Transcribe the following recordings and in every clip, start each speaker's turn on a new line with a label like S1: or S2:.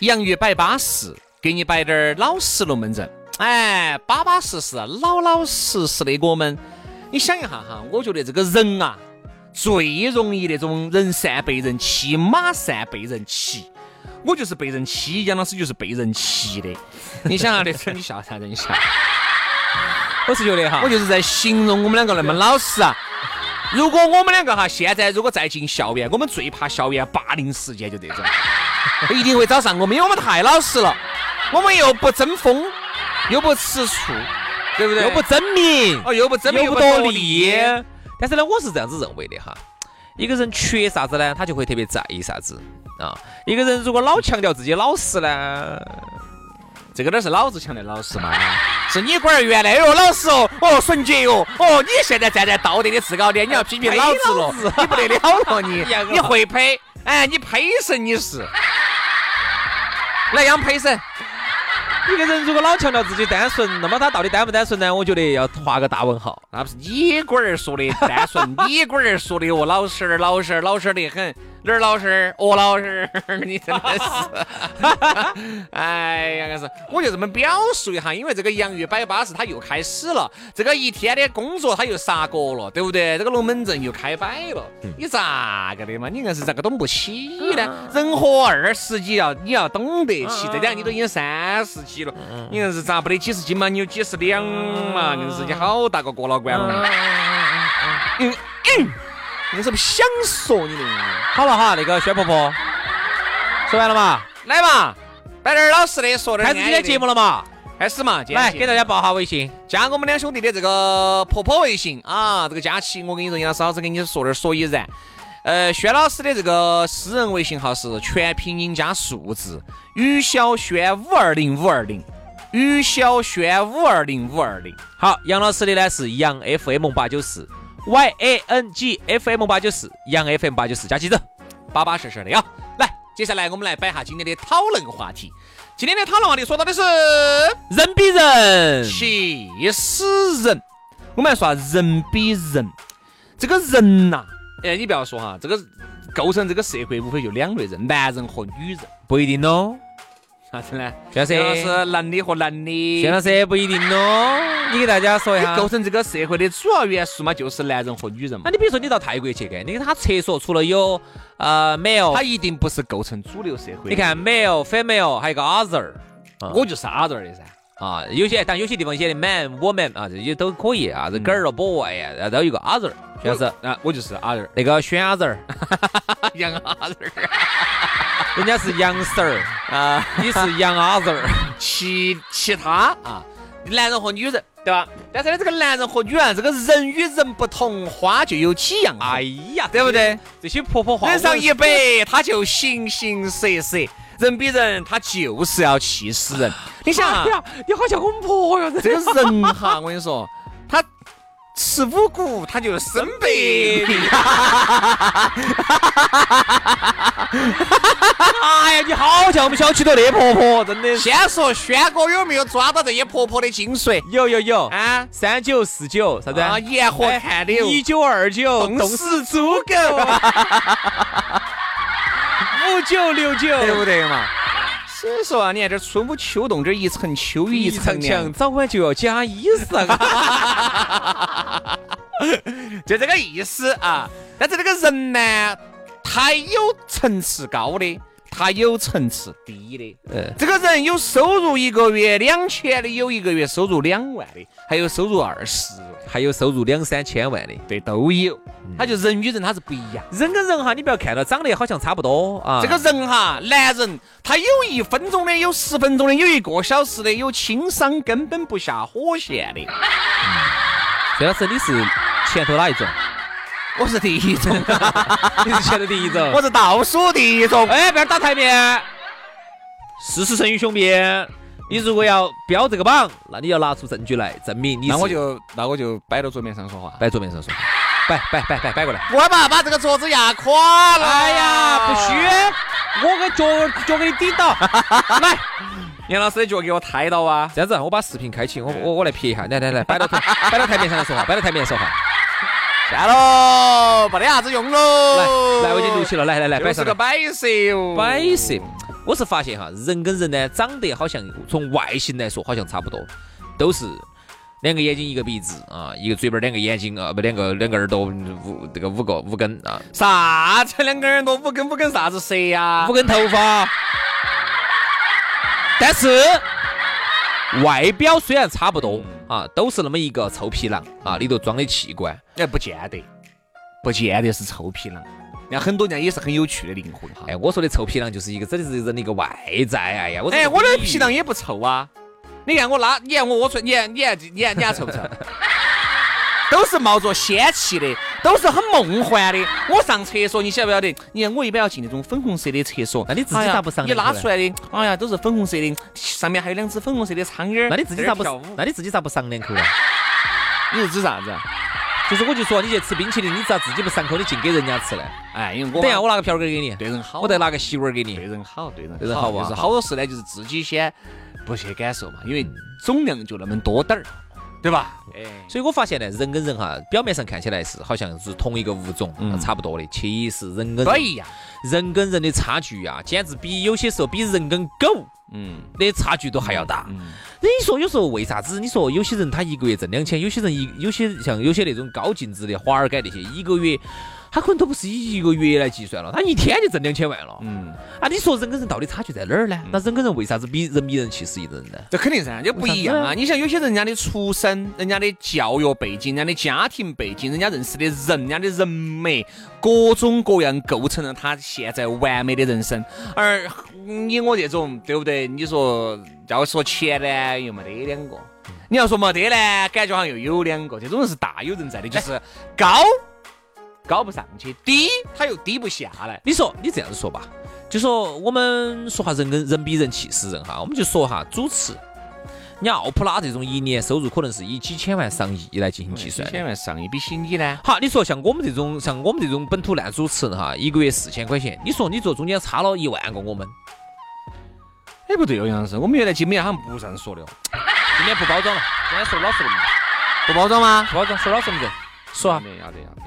S1: 洋芋摆巴适，给你摆点儿老实龙门阵。哎，巴巴适适、老老实实的我们，你想一下哈，我觉得这个人啊，最容易那种人善被人欺，马善被人骑。我就是被人欺，杨老师就是被人骑的。你 想啊，那次你笑啥子？你笑？
S2: 我是觉得哈
S1: 我，就是在形容我们两个那么老实啊。如果我们两个哈，现在如果再进校园，我们最怕校园霸凌事件，就这 种，一定会找上我们，因为我们太老实了，我们又不争风，又不吃醋，对不对？
S2: 又不争名，
S1: 哦，又不争名，
S2: 又
S1: 不
S2: 不
S1: 夺
S2: 夺
S1: 利
S2: 利。。但是呢，我是这样子认为的哈，一个人缺啥子呢，他就会特别在意啥子啊。一个人如果老强调自己老实呢，
S1: 这个哪是老子强的老实嘛？是你龟儿原来哟，老实哦，哦，纯洁哟，哦，你现在站在道德的制高点，你要批评老子了，你不得了了， 你
S2: 哎呀
S1: 你会呸？哎，你呸神你是？来，让呸神。
S2: 一个人如果老强调自己单纯，那么他到底单不单纯呢？我觉得要画个大问号。
S1: 那啊不是你龟儿说的单纯，你龟儿说的我老实儿老实儿老实儿得很，哪儿老实儿哦老实儿， 你真的是， 哎呀，硬是，我就这么表述一下，因为这个洋芋摆巴士它又开始了，这个一天的工作它又杀锅了，对不对？这个龙门阵又开摆了，
S2: 嗯
S1: 你咋个的嘛？你硬是咋个懂不起呢？人活二十几要你要懂得
S2: 嗯
S1: 起，再讲你都已经三十几了，你硬是咋不得几十斤嘛？你有几十两嘛？
S2: 嗯
S1: 硬是你好大个过老关了。嗯嗯，你是不是想说你的？
S2: 好了哈，那个薛婆婆，说完了嘛？
S1: 来嘛，摆点儿老实的，说点
S2: 开始今天节目
S1: 了，
S2: 了嘛？
S1: 开始嘛，
S2: 来给大
S1: 家
S2: 家报下微信。
S1: 加我们两兄弟的这个婆婆微信啊，这个佳琪，我跟你说，杨老师老师跟你说点儿所以然。呃，轩老师的这个私人微信号是全拼音加数字，于小轩五二零五二零，于小轩五二零五二零。
S2: 好，杨老师的呢是杨 FM 八九四，Y A N G F M 八九四，杨 FM 八九四加起走。
S1: 巴巴适适的呀。啊来，接下来我们来摆下今天的讨论话题。今天的讨论话题说到的是
S2: 人比人，
S1: 气死人。我们来说啊人比人，这个人呐、哎，你不要说哈，这个构成这个社会无非就两类人，男人和女人。
S2: 不一定哦。
S1: 啥子呢？
S2: 薛老师
S1: 老师，男的和男的。
S3: 啊
S2: 薛老师不一定哦，你给大家说一下啊
S1: 构。成这个社会的主要元素嘛，就是男人和女人嘛
S2: 那。你比如说你到泰国去，干，你给他厕所除了有呃 male，
S1: 它一定不是构成主流社会。
S2: 你，看 male、female，还有一个 other
S1: 我就是阿德的噻。
S2: 啊，有些但有些地方写的 man、woman 啊，这些都可以啊，这 girl、boy 哎呀，然后都有个 other，薛老师。
S1: 啊，我就是阿德，
S2: 那个轩 other，
S1: 杨阿德。
S2: 人家是杨 sir 啊，你是杨 other。
S1: 其其他啊，男人和女人，对吧？但是呢，这个男人和女啊人，这个人与人不同，花就有几样
S2: 哎
S1: 哎，
S2: 呀，
S1: 对不对？
S2: 这些婆婆话，
S1: 人上一百，
S2: 杯。
S1: 他就形形色色。人比人，他就是要气死人。你想啊
S2: 哎，呀，你好像我们婆哟，
S1: 这个人哈，我跟你说，他吃五谷他就生病。
S2: 哎呀，你好像我们小区头那婆婆，真的是。
S1: 先说轩哥有没有抓到这些婆婆的精髓
S2: 有有有，
S1: 啊？
S2: 三九四九啥子？
S1: 啊，沿河看柳，
S2: 一九二九，
S1: 冻死猪狗。啊
S2: 五九六九，
S1: 对不哎对嘛？所以说啊，你看这春捂秋冻，这一层秋雨
S2: 一
S1: 一
S2: 场
S1: 层
S2: 强，
S1: 凉。
S2: 早晚就要加衣裳。
S1: 就这个意思啊。但是这个人呢，他有层次高的，他有层次低的。
S2: 嗯
S1: 这个人有收入一个月两千的，有一个月收入两万的，还有收入二十万，
S2: 还有收入两三千万的。嗯
S1: 对，都有。他就人与人他是不一样。
S2: 人跟人哈，你不要看到长得好像差不多啊，
S1: 这个人哈，男人他有一分钟的，有十分钟的，有一个小时的，有情商根本不下火线 的。
S2: 孙老师你是前头哪一种？
S1: 我是第一种，
S2: 你是前头第一 种
S1: 我是倒数第一种。
S2: 哎，不要打台面。事实胜于雄辩。你如果要标这个榜，那你要拿出证据来证明你是。
S1: 那我就那我就摆到桌面上说话，
S2: 摆桌面上说，摆摆摆摆摆过来。
S1: 我把把这个桌子压垮了。
S2: 哎呀，不虚，我给脚脚给你抵 到。来，
S1: 杨老师的脚给我抬到啊！
S2: 这样子，我把视频开启，我我我来撇一下，来来来，摆到台 摆到台面上来说话，摆到台面上说话。
S1: 下喽，没得啥子用喽。
S2: 来来，我已经录起了，来来来，
S1: 就
S2: 摆
S1: 哦是
S2: 上
S1: 个
S2: 来。
S1: 摆设哟，
S2: 摆设。我是发现哈，人跟人呢长得好像从外形来说好像差不多，都是两个眼睛一个鼻子啊，一个嘴巴两个眼睛啊，不两个两个耳朵五这个五个五根啊，
S1: 啥子？两个人多五根五根啥子啊蛇呀
S2: 五？根头发。但是外表虽然差不多啊，都是那么一个臭皮囊啊，里头装的器官。
S1: 哎，不见得，不见得是臭皮囊。人家很多人家也是很有趣的灵魂哈。
S2: 哎，我说的臭皮囊就是一个真的是人的一个外在。哎呀，我
S1: 哎，我的
S2: 的
S1: 皮囊也不臭啊。你看我拉，你看我我穿，你看你看你看你看臭不臭？ 都是冒着仙气的，都是很梦幻的。我上厕所，你晓不晓得？你看我一般要进那种粉红色的厕所，
S2: 那你自己
S1: 哎呀
S2: 咋不上
S1: 你
S2: 呢
S1: 拉
S2: 后来
S1: 出来的，哎呀，都是粉红色的，上面还有两只粉红色的苍蝇儿。
S2: 那你自己咋不
S1: 在那儿跳舞
S2: 那你自己咋不赏两口啊？
S1: 你是指啥子啊？
S2: 就是我就说你去吃冰淇淋，你咋自己不上口，你净给人家吃呢？
S1: 哎，因为我
S2: 等一下我拿个瓢羹给你，
S1: 对人好，啊
S2: 我再拿个吸管给
S1: 对
S2: 你。
S1: 人好，对人
S2: 对人好不
S1: 就是
S2: 好
S1: 好多事呢，就是自己先不去感受嘛，因为总量就那么多点儿，对吧？哎，
S2: 所以我发现呢，人跟人哈，表面上看起来是好像是同一个物种，
S1: 嗯
S2: 差不多的，其实人跟
S1: 对呀，
S2: 人跟人的差距啊，简直比有些时候比人跟狗
S1: 嗯，
S2: 的差距都还要大。你说有时候为啥子？你说有些人他一个月挣两千，有些人一有些像有些那种高净值的华尔街那些，一个月他可能都不是以一个月来计算了，他一天就挣两千万了。
S1: 嗯，
S2: 啊，你说人跟人到底差距在哪儿呢？那人跟人为啥子比人比人气死一人呢？
S1: 这肯定噻，这不一样
S2: 为啥
S1: 啊！你像有些人家的出身、人家的教育背景、人家的家庭背景、人家认识的人、人家的人脉，各种各样构成了他现在完美的人生。而你我这种，对不对？你说要说钱呢，又没得两个；你要说没得呢，感觉好像又有两个。这种人是大有人在的，就是高高不上去，低他又低不下来。
S2: 你说你这样子说吧，就说我们说哈人跟人比人气死人哈，我们就说哈主持，你看奥普拉这种一年收入可能是以几千万上亿来进行计算的。
S1: 千万上亿，比起你呢？
S2: 好，你说像我们这种像我们这种本土烂主持人哈，一个月四千块钱，你说你说中间差了一万个我们，
S1: 哎，不对哦，杨老师，我们原来节目好像不是这样说的 哦，
S2: 今天不包装了，今天说老实的嘛，
S1: 不包装吗？
S2: 不包装说老实的，说啊
S1: 要。的要的要的，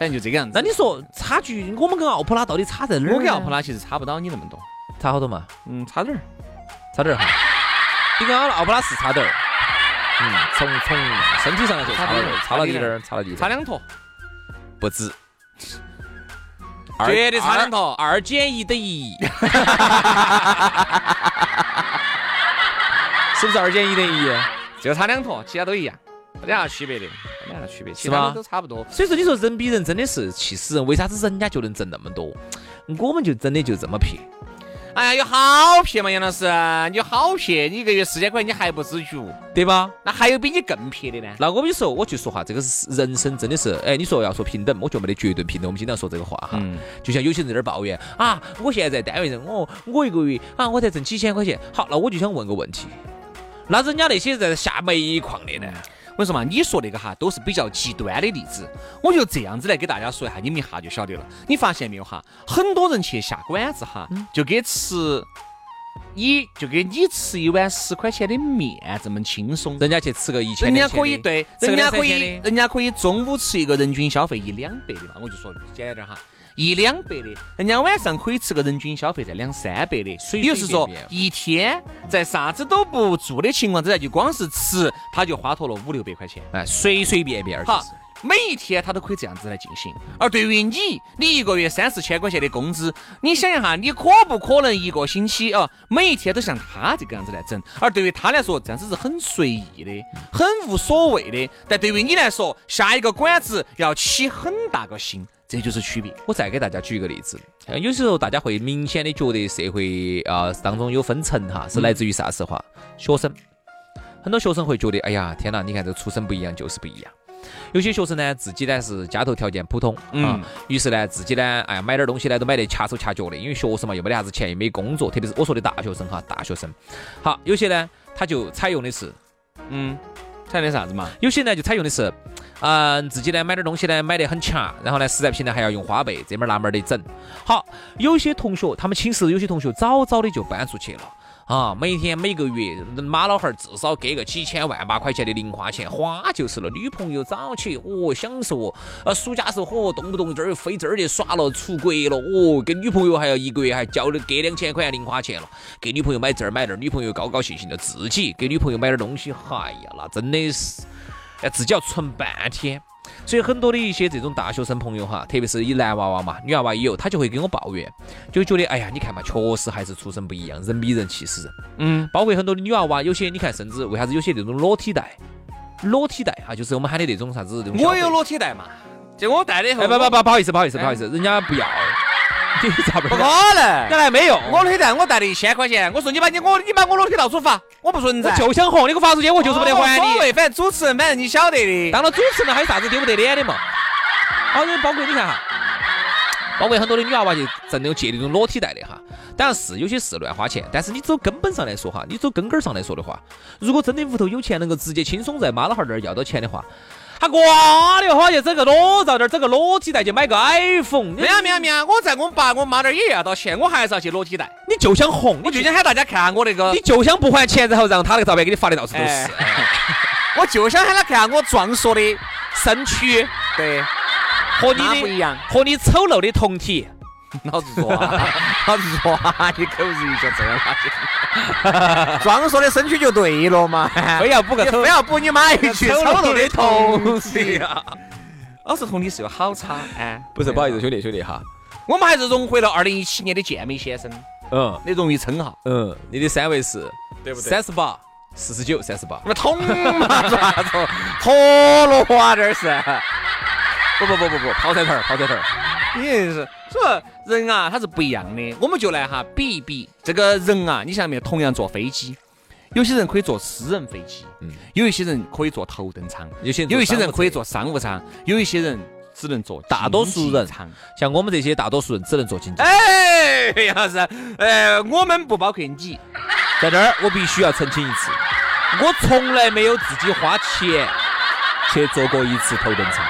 S1: 反正就这个样子。
S2: 那你说差距，我们跟奥普拉到底差在哪儿呢？
S1: 我跟奥普拉其实差不到你那么多，
S2: 差好多嘛？
S1: 嗯，差点儿。
S2: 差点儿哈。你跟奥普拉是差点儿，嗯，从从身体上来说差了点儿，差
S1: 差
S2: 了
S1: 了
S2: 一
S1: 点
S2: 点儿，
S1: 儿
S2: 差了一点儿，
S1: 差两坨，
S2: 不止。
S1: 绝对差两
S2: 头，二减一等于一， 是不是二减一等于一？
S1: 就差两坨，其他都一样，没得啥区别的，没得啥区别，其他
S2: 吗
S1: 的都差不多。
S2: 所以说，你说人比人真的是气死人，为啥子人家就能挣那么多，我们就真的就这么撇？
S1: 哎呀，有好撇嘛，杨老师，你有好撇，你一个月四千块，你还不知足？
S2: 对吧？
S1: 那还有比你更撇的呢？
S2: 那我跟你说，我就说哈，这个是人生真的是，哎，你说要说平等，我觉得没得绝对平等。我们经常说这个话哈，
S1: 嗯
S2: 就像有些人在那儿抱怨啊，我现在在单位上，我我一个月啊，我才挣几千块钱。好，那我就想问个问题，那人家那些在下煤矿的呢？
S1: 我跟你说嘛，你说那个哈都是比较极端的例子，我就这样子来给大家说一下，你们一下就晓得了。你发现没有哈？很多人去下馆子哈，
S2: 嗯
S1: 就给吃，你就给你吃一碗十块钱的面这么轻松。
S2: 人家去吃个一千，
S1: 人家可以
S2: 2000的
S1: 对，
S2: 吃
S1: 人
S2: 个
S1: 家
S2: 两三
S1: 可
S2: 千
S1: 以，
S2: 的
S1: 人家可以中午吃一个人均消费一两百的嘛，我就说简单点哈，一两百的，人家晚上可以吃个人均消费在两三百的，
S2: 随随
S1: 也就是说
S2: 便便
S1: 一天在啥子都不做的情况之下，就光是吃，他就花脱了五六百块钱。
S2: 哎，随随便便。
S1: 好，每一天它都可以这样子来进行。而对于你，你一个月三四千块钱的工资，你想一下，你可不可能一个星期啊，每一天都像他这个样子来整？而对于他来说，这样子是很随意的，很无所谓的。但对于你来说，下一个馆子要起很大个心，这就是区别。
S2: 我再给大家举一个例子，呃有时候大家会明显的觉得社会啊、呃当中有分层哈，
S1: 嗯
S2: 是来自于啥子话？学生，很多学生会觉得，哎呀，天哪，你看这出身不一样就是不一样。有些学生呢，自己呢是家头条件普通，啊
S1: 嗯，
S2: 于是呢自己呢，哎呀买点东西呢都买得掐手掐脚的，因为学生嘛又没得啥子钱，又没工作，特别是我说的大学生哈，大学生。好，有些呢他就采用的是
S1: 嗯，晓得啥子嘛？
S2: 有些呢就采用的是，嗯、自己呢买点东西呢买得很掐，然后呢实在不行呢还要用花呗这门儿那门儿的整。好，有些同学他们寝室有些同学早早的就搬出去了。啊，每天每个月，妈老汉儿至少给个几千万把块钱的零花钱，花就是了。女朋友找起，哦，享受哦。啊，暑假时候，嚯、动不动这儿飞这儿去耍了，出国了，哦，跟女朋友还要一个月还交了给两千块钱零花钱了，给女朋友买这儿买那儿，女朋友高高兴兴的自己给女朋友买点东西，嗨呀，那真的是哎，自己要存半天。所以很多的一些这种大学生朋友哈，特别是以男娃娃嘛，女娃娃也有，他就会跟我抱怨，就觉得哎呀，你看嘛，确实还是出身不一样，人比人气死人。
S1: 嗯，
S2: 包括很多的女娃娃，有些你看，甚至为啥子有些那种裸体带，裸体带啊，就是我们喊的那种啥子那种。
S1: 我有。裸体带嘛，就我带的后，
S2: 哎，不不不，不好意思，不好意思，
S1: 哎
S2: 不好意思，人家不要。 你咋不
S1: 不可
S2: 要？
S1: 能。
S2: 原来没有，
S1: 我裸体带我带了一千块钱，我说你把你我你把我裸体到处发，我不存在
S2: 我，就想红，你给我发出去，我
S1: 我
S2: 就是不得还
S1: 无所
S2: 你。
S1: 谓，反正主持人，反正你晓得的。
S2: 当了主持人还有啥子丢不得脸的嘛？好，包括你看哈，包括很多的女娃娃就挣那种借那种裸体贷的哈。当然是有些是乱花钱，但是你走根本上来说哈，你走根根儿上来说的话，如果真的屋头有钱，能够直接轻松在妈老汉儿那儿要到钱的话，他瓜的花去整个裸照点儿，整个裸体贷去买个 iPhone，
S1: 没有没有没有，我在我爸我妈那儿也要到钱，我还是要去裸体带，
S2: 你就想红，
S1: 我
S2: 你
S1: 就
S2: 就
S1: 想喊大家看我那个
S2: 你，就想不还钱，然后让他那个照片给你发的到处都是
S1: 哎，我就想喊他看我壮硕的
S2: 身躯
S1: 对，
S2: 和
S1: 那
S2: 你
S1: 不
S2: 的
S1: 一样，
S2: 和你丑陋的同体。
S1: 老子说啊，老子说啊，你口是一下这样垃圾，壮硕的身躯就对了嘛，
S2: 非要补个
S1: 你
S2: 丑
S1: 非要补你妈一句
S2: 丑陋的
S1: 同
S2: 同
S1: 志
S2: 志
S1: 啊！老师同你是有好差，哎，
S2: 不是，不好意思，兄弟兄弟哈，
S1: 我们还是荣回了二零一七年的健美先生
S2: 嗯
S1: 的荣誉称号，
S2: 嗯，你的三围是对不对？三十八、四十九、三十八。
S1: 那捅嘛爪子，陀螺啊这儿是。
S2: 不不不不不，泡菜头儿，泡菜头儿。
S1: 你也是，说人啊，他是不一样的。我们就来哈比一比这个人啊，你想没有？同样坐飞机，有些人可以坐私人飞机，
S2: 嗯
S1: 有一些人可以坐头等舱，
S2: 有些
S1: 有一些人可以
S2: 做。
S1: 坐商务舱，有一些人只能坐
S2: 大多数人
S1: 经济舱。
S2: 像我们这些大多数人只能做经济。
S1: 哎， 杨老师，呃，我们不包括你，
S2: 在这儿，我必须要澄清一次，我从来没有自己花钱去坐过一次头等舱。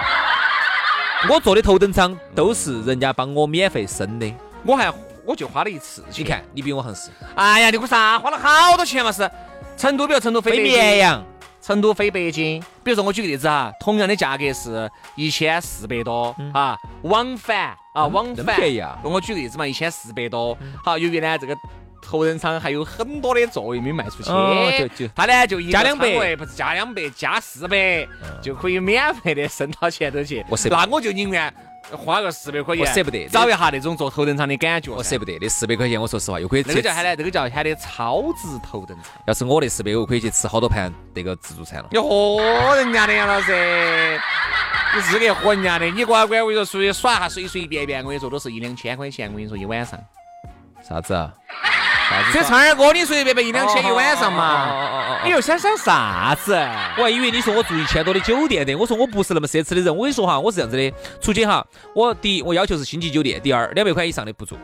S2: 我坐的头等舱都是人家帮我免费升的。
S1: 我还我就花了一次
S2: 你
S1: 钱。
S2: 看，你比我横是。
S1: 哎呀，你个啥，花了好多钱嘛是？成都，比如成都飞
S2: 飞
S1: 北京
S2: 绵阳，
S1: 成都飞北京，比如说我举个例子啊，同样的价格是一千四百多
S2: 嗯
S1: 啊，往返啊往
S2: 真
S1: 返，
S2: 嗯便宜啊嗯
S1: 我举个例子嘛，一千四百多。好，由于呢这个头等舱还有很多的座位没卖出去
S2: 哦就就，
S1: 他呢就一个
S2: 加两百嗯
S1: 舱位不是加两百加四百就可以免费的升到前头去。
S2: 我舍不得
S1: 那我就宁愿花个四百块钱，
S2: 我舍不得
S1: 找一下那种坐头等舱的感觉噻。
S2: 我舍不得，那四百块钱，我说实话又可以
S1: 那个
S2: 去
S1: 叫喊的，那个叫喊的超值头等舱。
S2: 要是我那四百，我可以去吃好多盘那个自助餐了。
S1: 你喝人家的杨老师，你资格喝人家的，你乖乖，我跟你说出去耍哈，随随便便，我跟你说都是一两千块钱，我跟你说一晚上。
S2: 啥子啊？啥子
S1: 这
S2: 耍？
S1: 唱儿歌，你随随便便一两千一晚上
S2: 哦
S1: 嘛，
S2: 哦哦哦
S1: 你又想想啥子？
S2: 我还以为你说我住一千多的酒店的，我说我不是那么奢侈的人。我跟你说哈，我是这样子的，出去哈，我第一我要求是星级酒店，第二两百块以上的不住。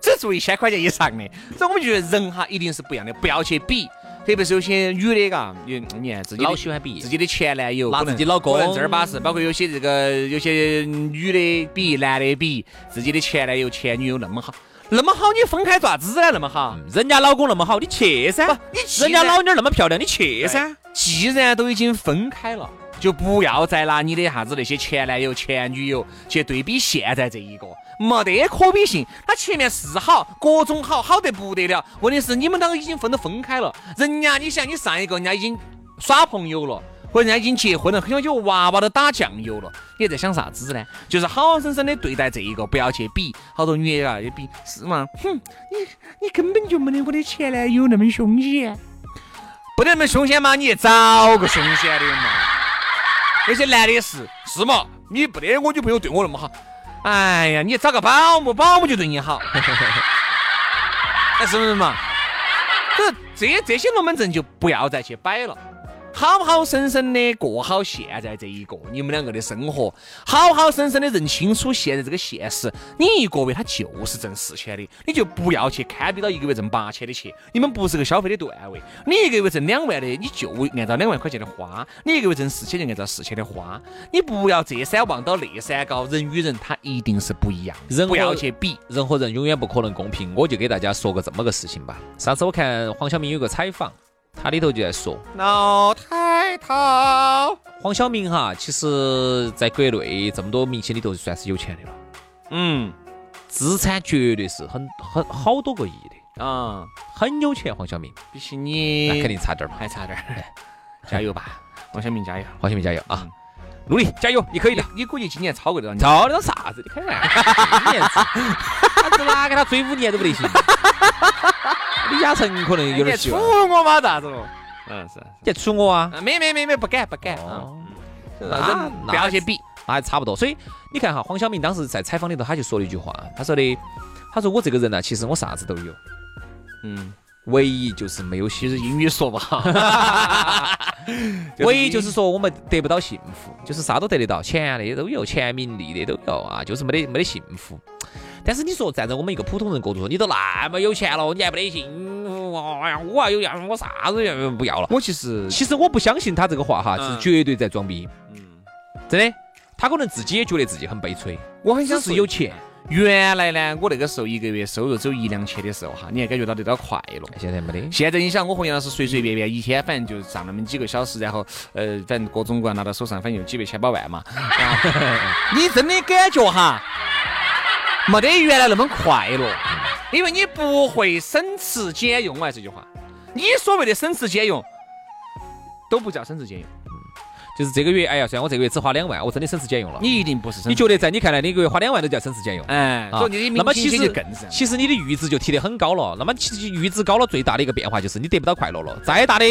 S1: 只做一千块钱以上的，所以我们觉得人哈一定是不一样的，不要去比。特别是有些女的嘎，你你看自己的
S2: 老喜欢比
S1: 自己的前男友，
S2: 拿
S1: 可能
S2: 自己老公
S1: 可能正儿八事，包括有些这个有些女的比男的比自己的前男友前女友那么好，那么好你分开做啥子呢？啊那么好，
S2: 嗯人家老公那么好，你去噻
S1: 不，；你既
S2: 人家
S1: 然
S2: 老妞儿那么漂亮，你去噻。
S1: 既然都已经分开了，就不要再拿你的啥子那些前男友、前女友去对比现在这一个，没得可比性。他前面是好，各种好，好得不得了。问题是你们都已经分都分开了，人家你想你上一个人家已经耍朋友了。或者人家已经结婚了，很久娃娃都打酱油了，你在想啥子呢？就是好好生生的对待这一个，不要去比。好多女的啊，就比是嘛？哼，你你根本就没得我的前男友那么凶险，不得那么凶险嘛？你去找个凶险的嘛。有些男的也是是嘛？你不得我女朋友对我那么好，哎呀，你找个保姆，保姆就对你好，哎，是不是嘛？这这这些龙门阵就不要再去摆了，好好生生的过好现在这一个你们两个的生活，好好生生的认清楚现在这个现实。你一个月他就是挣四千的，你就不要去攀比到一个月挣八千的去，你们不是个消费的段位。你一个月挣两万的，你就按照两万块钱的花；你一个月挣四千就按照四千的花。你不要这山望到那山高，人与人他一定是不一样，
S2: 人
S1: 不要
S2: 和
S1: 去比。
S2: 人和人永远不可能公平。我就给大家说个这么个事情吧。上次我看黄晓明有个采访，他里头就在说，
S1: 老太太，
S2: 黄晓明哈，其实在国内这么多明星里头算是有钱的了，
S1: 嗯
S2: 资产绝对是很很好多个亿的，
S1: 啊，
S2: 很有钱。黄晓明
S1: 比起你
S2: 那肯定差点儿嘛，
S1: 还差点儿，哎加油 吧，王小明加油
S2: 黄晓明加油啊，努力加油，你可以的。
S1: 你估计今年超过得了你，
S2: 操那啥子？你开玩笑，五年他这哪给他追五年都不得行。李嘉诚可能有点希
S1: 处
S2: 望，
S1: 我嘛咋子咯？ 嗯是，
S2: 你还处我啊？
S1: 啊没没没没不敢不敢啊，
S2: 哦，那
S1: 人不要去比，
S2: 那还差不多。所以你看哈，黄晓明当时在采访里头，他就说了一句话，他说的，他说我这个人呢、其实我啥子都有，
S1: 嗯，
S2: 唯一就是没
S1: 就
S2: 有幸
S1: 是
S2: 福，
S1: 英语说不 好，
S2: 唯一就是说我们得不到幸福，就是啥都得得到，钱的都有，钱名利的都有啊，就是没得没得幸福。但是你说站在我们一个普通人角度，你都那么有钱了，你还没得幸福？哎呀，我还有样，我啥子也不要了。
S1: 我其实
S2: 其实我不相信他这个话哈，
S1: 嗯
S2: 是绝对在装逼，
S1: 嗯，
S2: 真的。他可能自己也觉得自己很悲催，
S1: 我很
S2: 只
S1: 想
S2: 是
S1: 是
S2: 有
S1: 有。
S2: 钱。
S1: 原来呢，我那个时候一个月收入只有一两千的时候哈，你还感觉到得到快乐。
S2: 现在没得，
S1: 现在你想，我和杨老师随随便便一天，反正就上那么几个小时，然后呃，反正各种各样拿到手上，反正就几百千把万嘛。啊你真的感觉哈，没得原来那么快乐，因为你不会省吃俭用啊。这句话，你所谓的省吃俭用都不叫省吃俭用，
S2: 就是这个月，哎呀，虽然我这个月只花两万，我真的省吃俭用了。
S1: 你一定不是省
S2: 你。觉得在你看来，你一个月花两万都叫省吃俭用？
S1: 哎，
S2: 啊
S1: 所以你的
S2: 那么
S1: 明
S2: 其
S1: 星
S2: 实
S1: 就更是。
S2: 其实你的阈值就提得很高了。那么其实阈值高了，最大的一个变化就是你得不到快乐了。再大的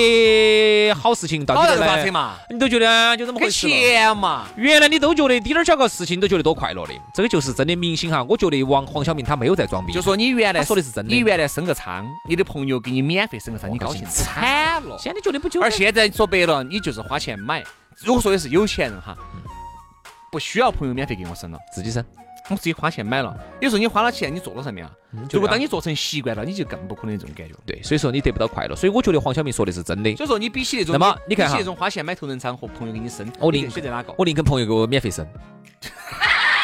S2: 好事情到
S1: 好
S2: 你
S1: 大
S2: 这
S1: 个
S2: 儿
S1: 啥车
S2: 来，
S1: 嘛，
S2: 你都觉得啊就这么
S1: 给
S2: 回事了。
S1: 钱嘛。
S2: 原来你都觉得滴点儿小个事情都觉得多快乐的，这个就是真的明星哈。我觉得王黄晓明他没有在装逼，
S1: 就说你原来
S2: 他说的是真的
S1: 你原来生个苍，你的朋友给你免费生个苍，
S2: 我
S1: 你
S2: 高
S1: 高
S2: 兴
S1: 兴惨了。
S2: 现在觉得不就
S1: 而
S2: 是
S1: 现在说白了，你就是花钱买。如果说的是有钱人哈，
S2: 嗯
S1: 不需要朋友免费给我生了，
S2: 自己生。
S1: 我自己花钱买了。有时候你花了钱，你做到上面啊，如
S2: 嗯就
S1: 果
S2: 这样
S1: 当你做成习惯了，你就更不可能有这种感觉了。
S2: 对，所以说你得不到快乐，所以我觉得黄晓明说的是真的。
S1: 所以说，你比起那种，
S2: 那么你看
S1: 比起
S2: 哈哦
S1: 那种花钱买头等舱和朋友给你生，
S2: 我
S1: 你
S2: 宁
S1: 更选择哪 个？
S2: 我宁肯朋友给我免费生。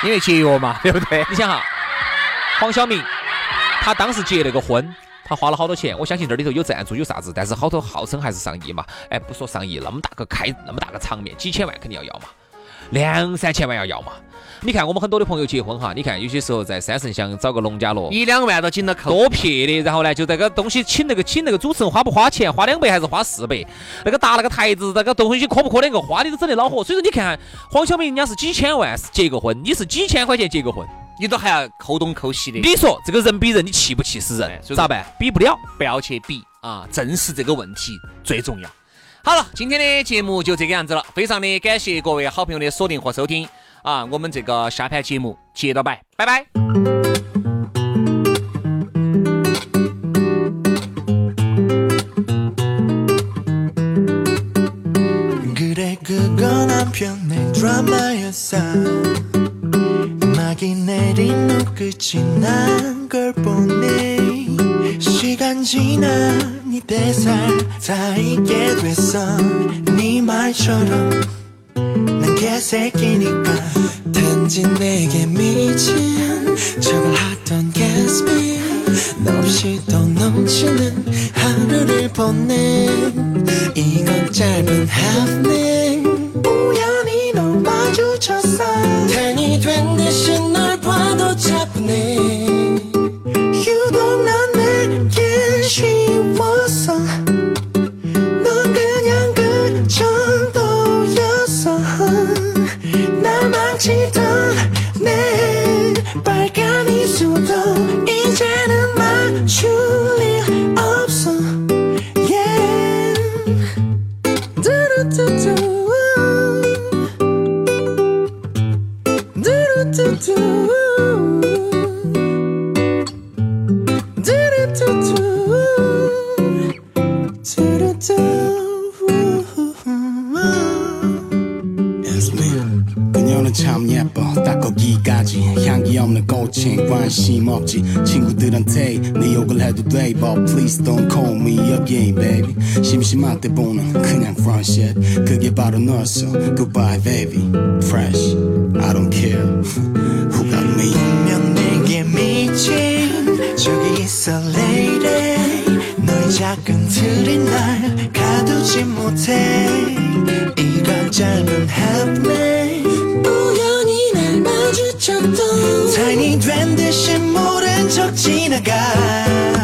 S1: 因为节约嘛，对不对？
S2: 你想哈，黄晓明他当时结了个婚，他花了好多钱，我相信这里头有赞助有啥子，但是好多号称还是上亿嘛。哎，不说上亿，那么大个开那么大个场面，几千万肯定要要嘛，两三千万要要嘛。你看我们很多的朋友结婚哈，你看有些时候在三圣乡找个农家乐。
S1: 一两万都紧到扣。
S2: 多撇的，然后呢，就这个东西请那个请那个主持人花不花钱，花两百还是花四百？那个搭那个台子，那个东西可不可那个花的都整得恼火。所以说你看，黄晓明人家是几千万结个婚，你是几千块钱结个婚，
S1: 你都还要扣东扣西的，
S2: 你说这个人比人，你气不气死
S1: 哎
S2: 人？
S1: 所以说
S2: 咋办？比不了。
S1: 不要去比啊，正视这个问题最重要。好了，今天的节目就这个样子了，非常的感谢各位好朋友的锁定和收听啊，我们这个下盘节目接着摆，拜拜。
S4: 그래 그건 한편의 드라마였어 막이 내린 눈끝이 난 걸 보니 시간 지나 네대살다 잊게 됐어 네 말처럼 난 개새끼니까 단지 내게 미친 척을 하던 개스비 너 없이 더 넘치는 하루를 보낸 이건 짧은 happening 우연히 널 마주쳤어 탄이 된 듯이 널 봐도 잡네 유독 난 내게 쉬웠어 넌 그냥 그 정도 그녀는 참 예뻐 딱 거기까지 향기 없는 꽃엔 관심 없지 친구들한테 내 욕을 해도 돼 But please don't call me again baby 심심할 때 보는 그냥 front shit 그게 바로 너였어 Goodbye baby Fresh I don't care Who got me
S5: 분명 내게 미친 저기 있어 lady 너의 작은 틀이 날 가두지 못해 이런 짧은 happening 우연히 날 마주쳤던 타인이 된 듯이 모른 척 지나가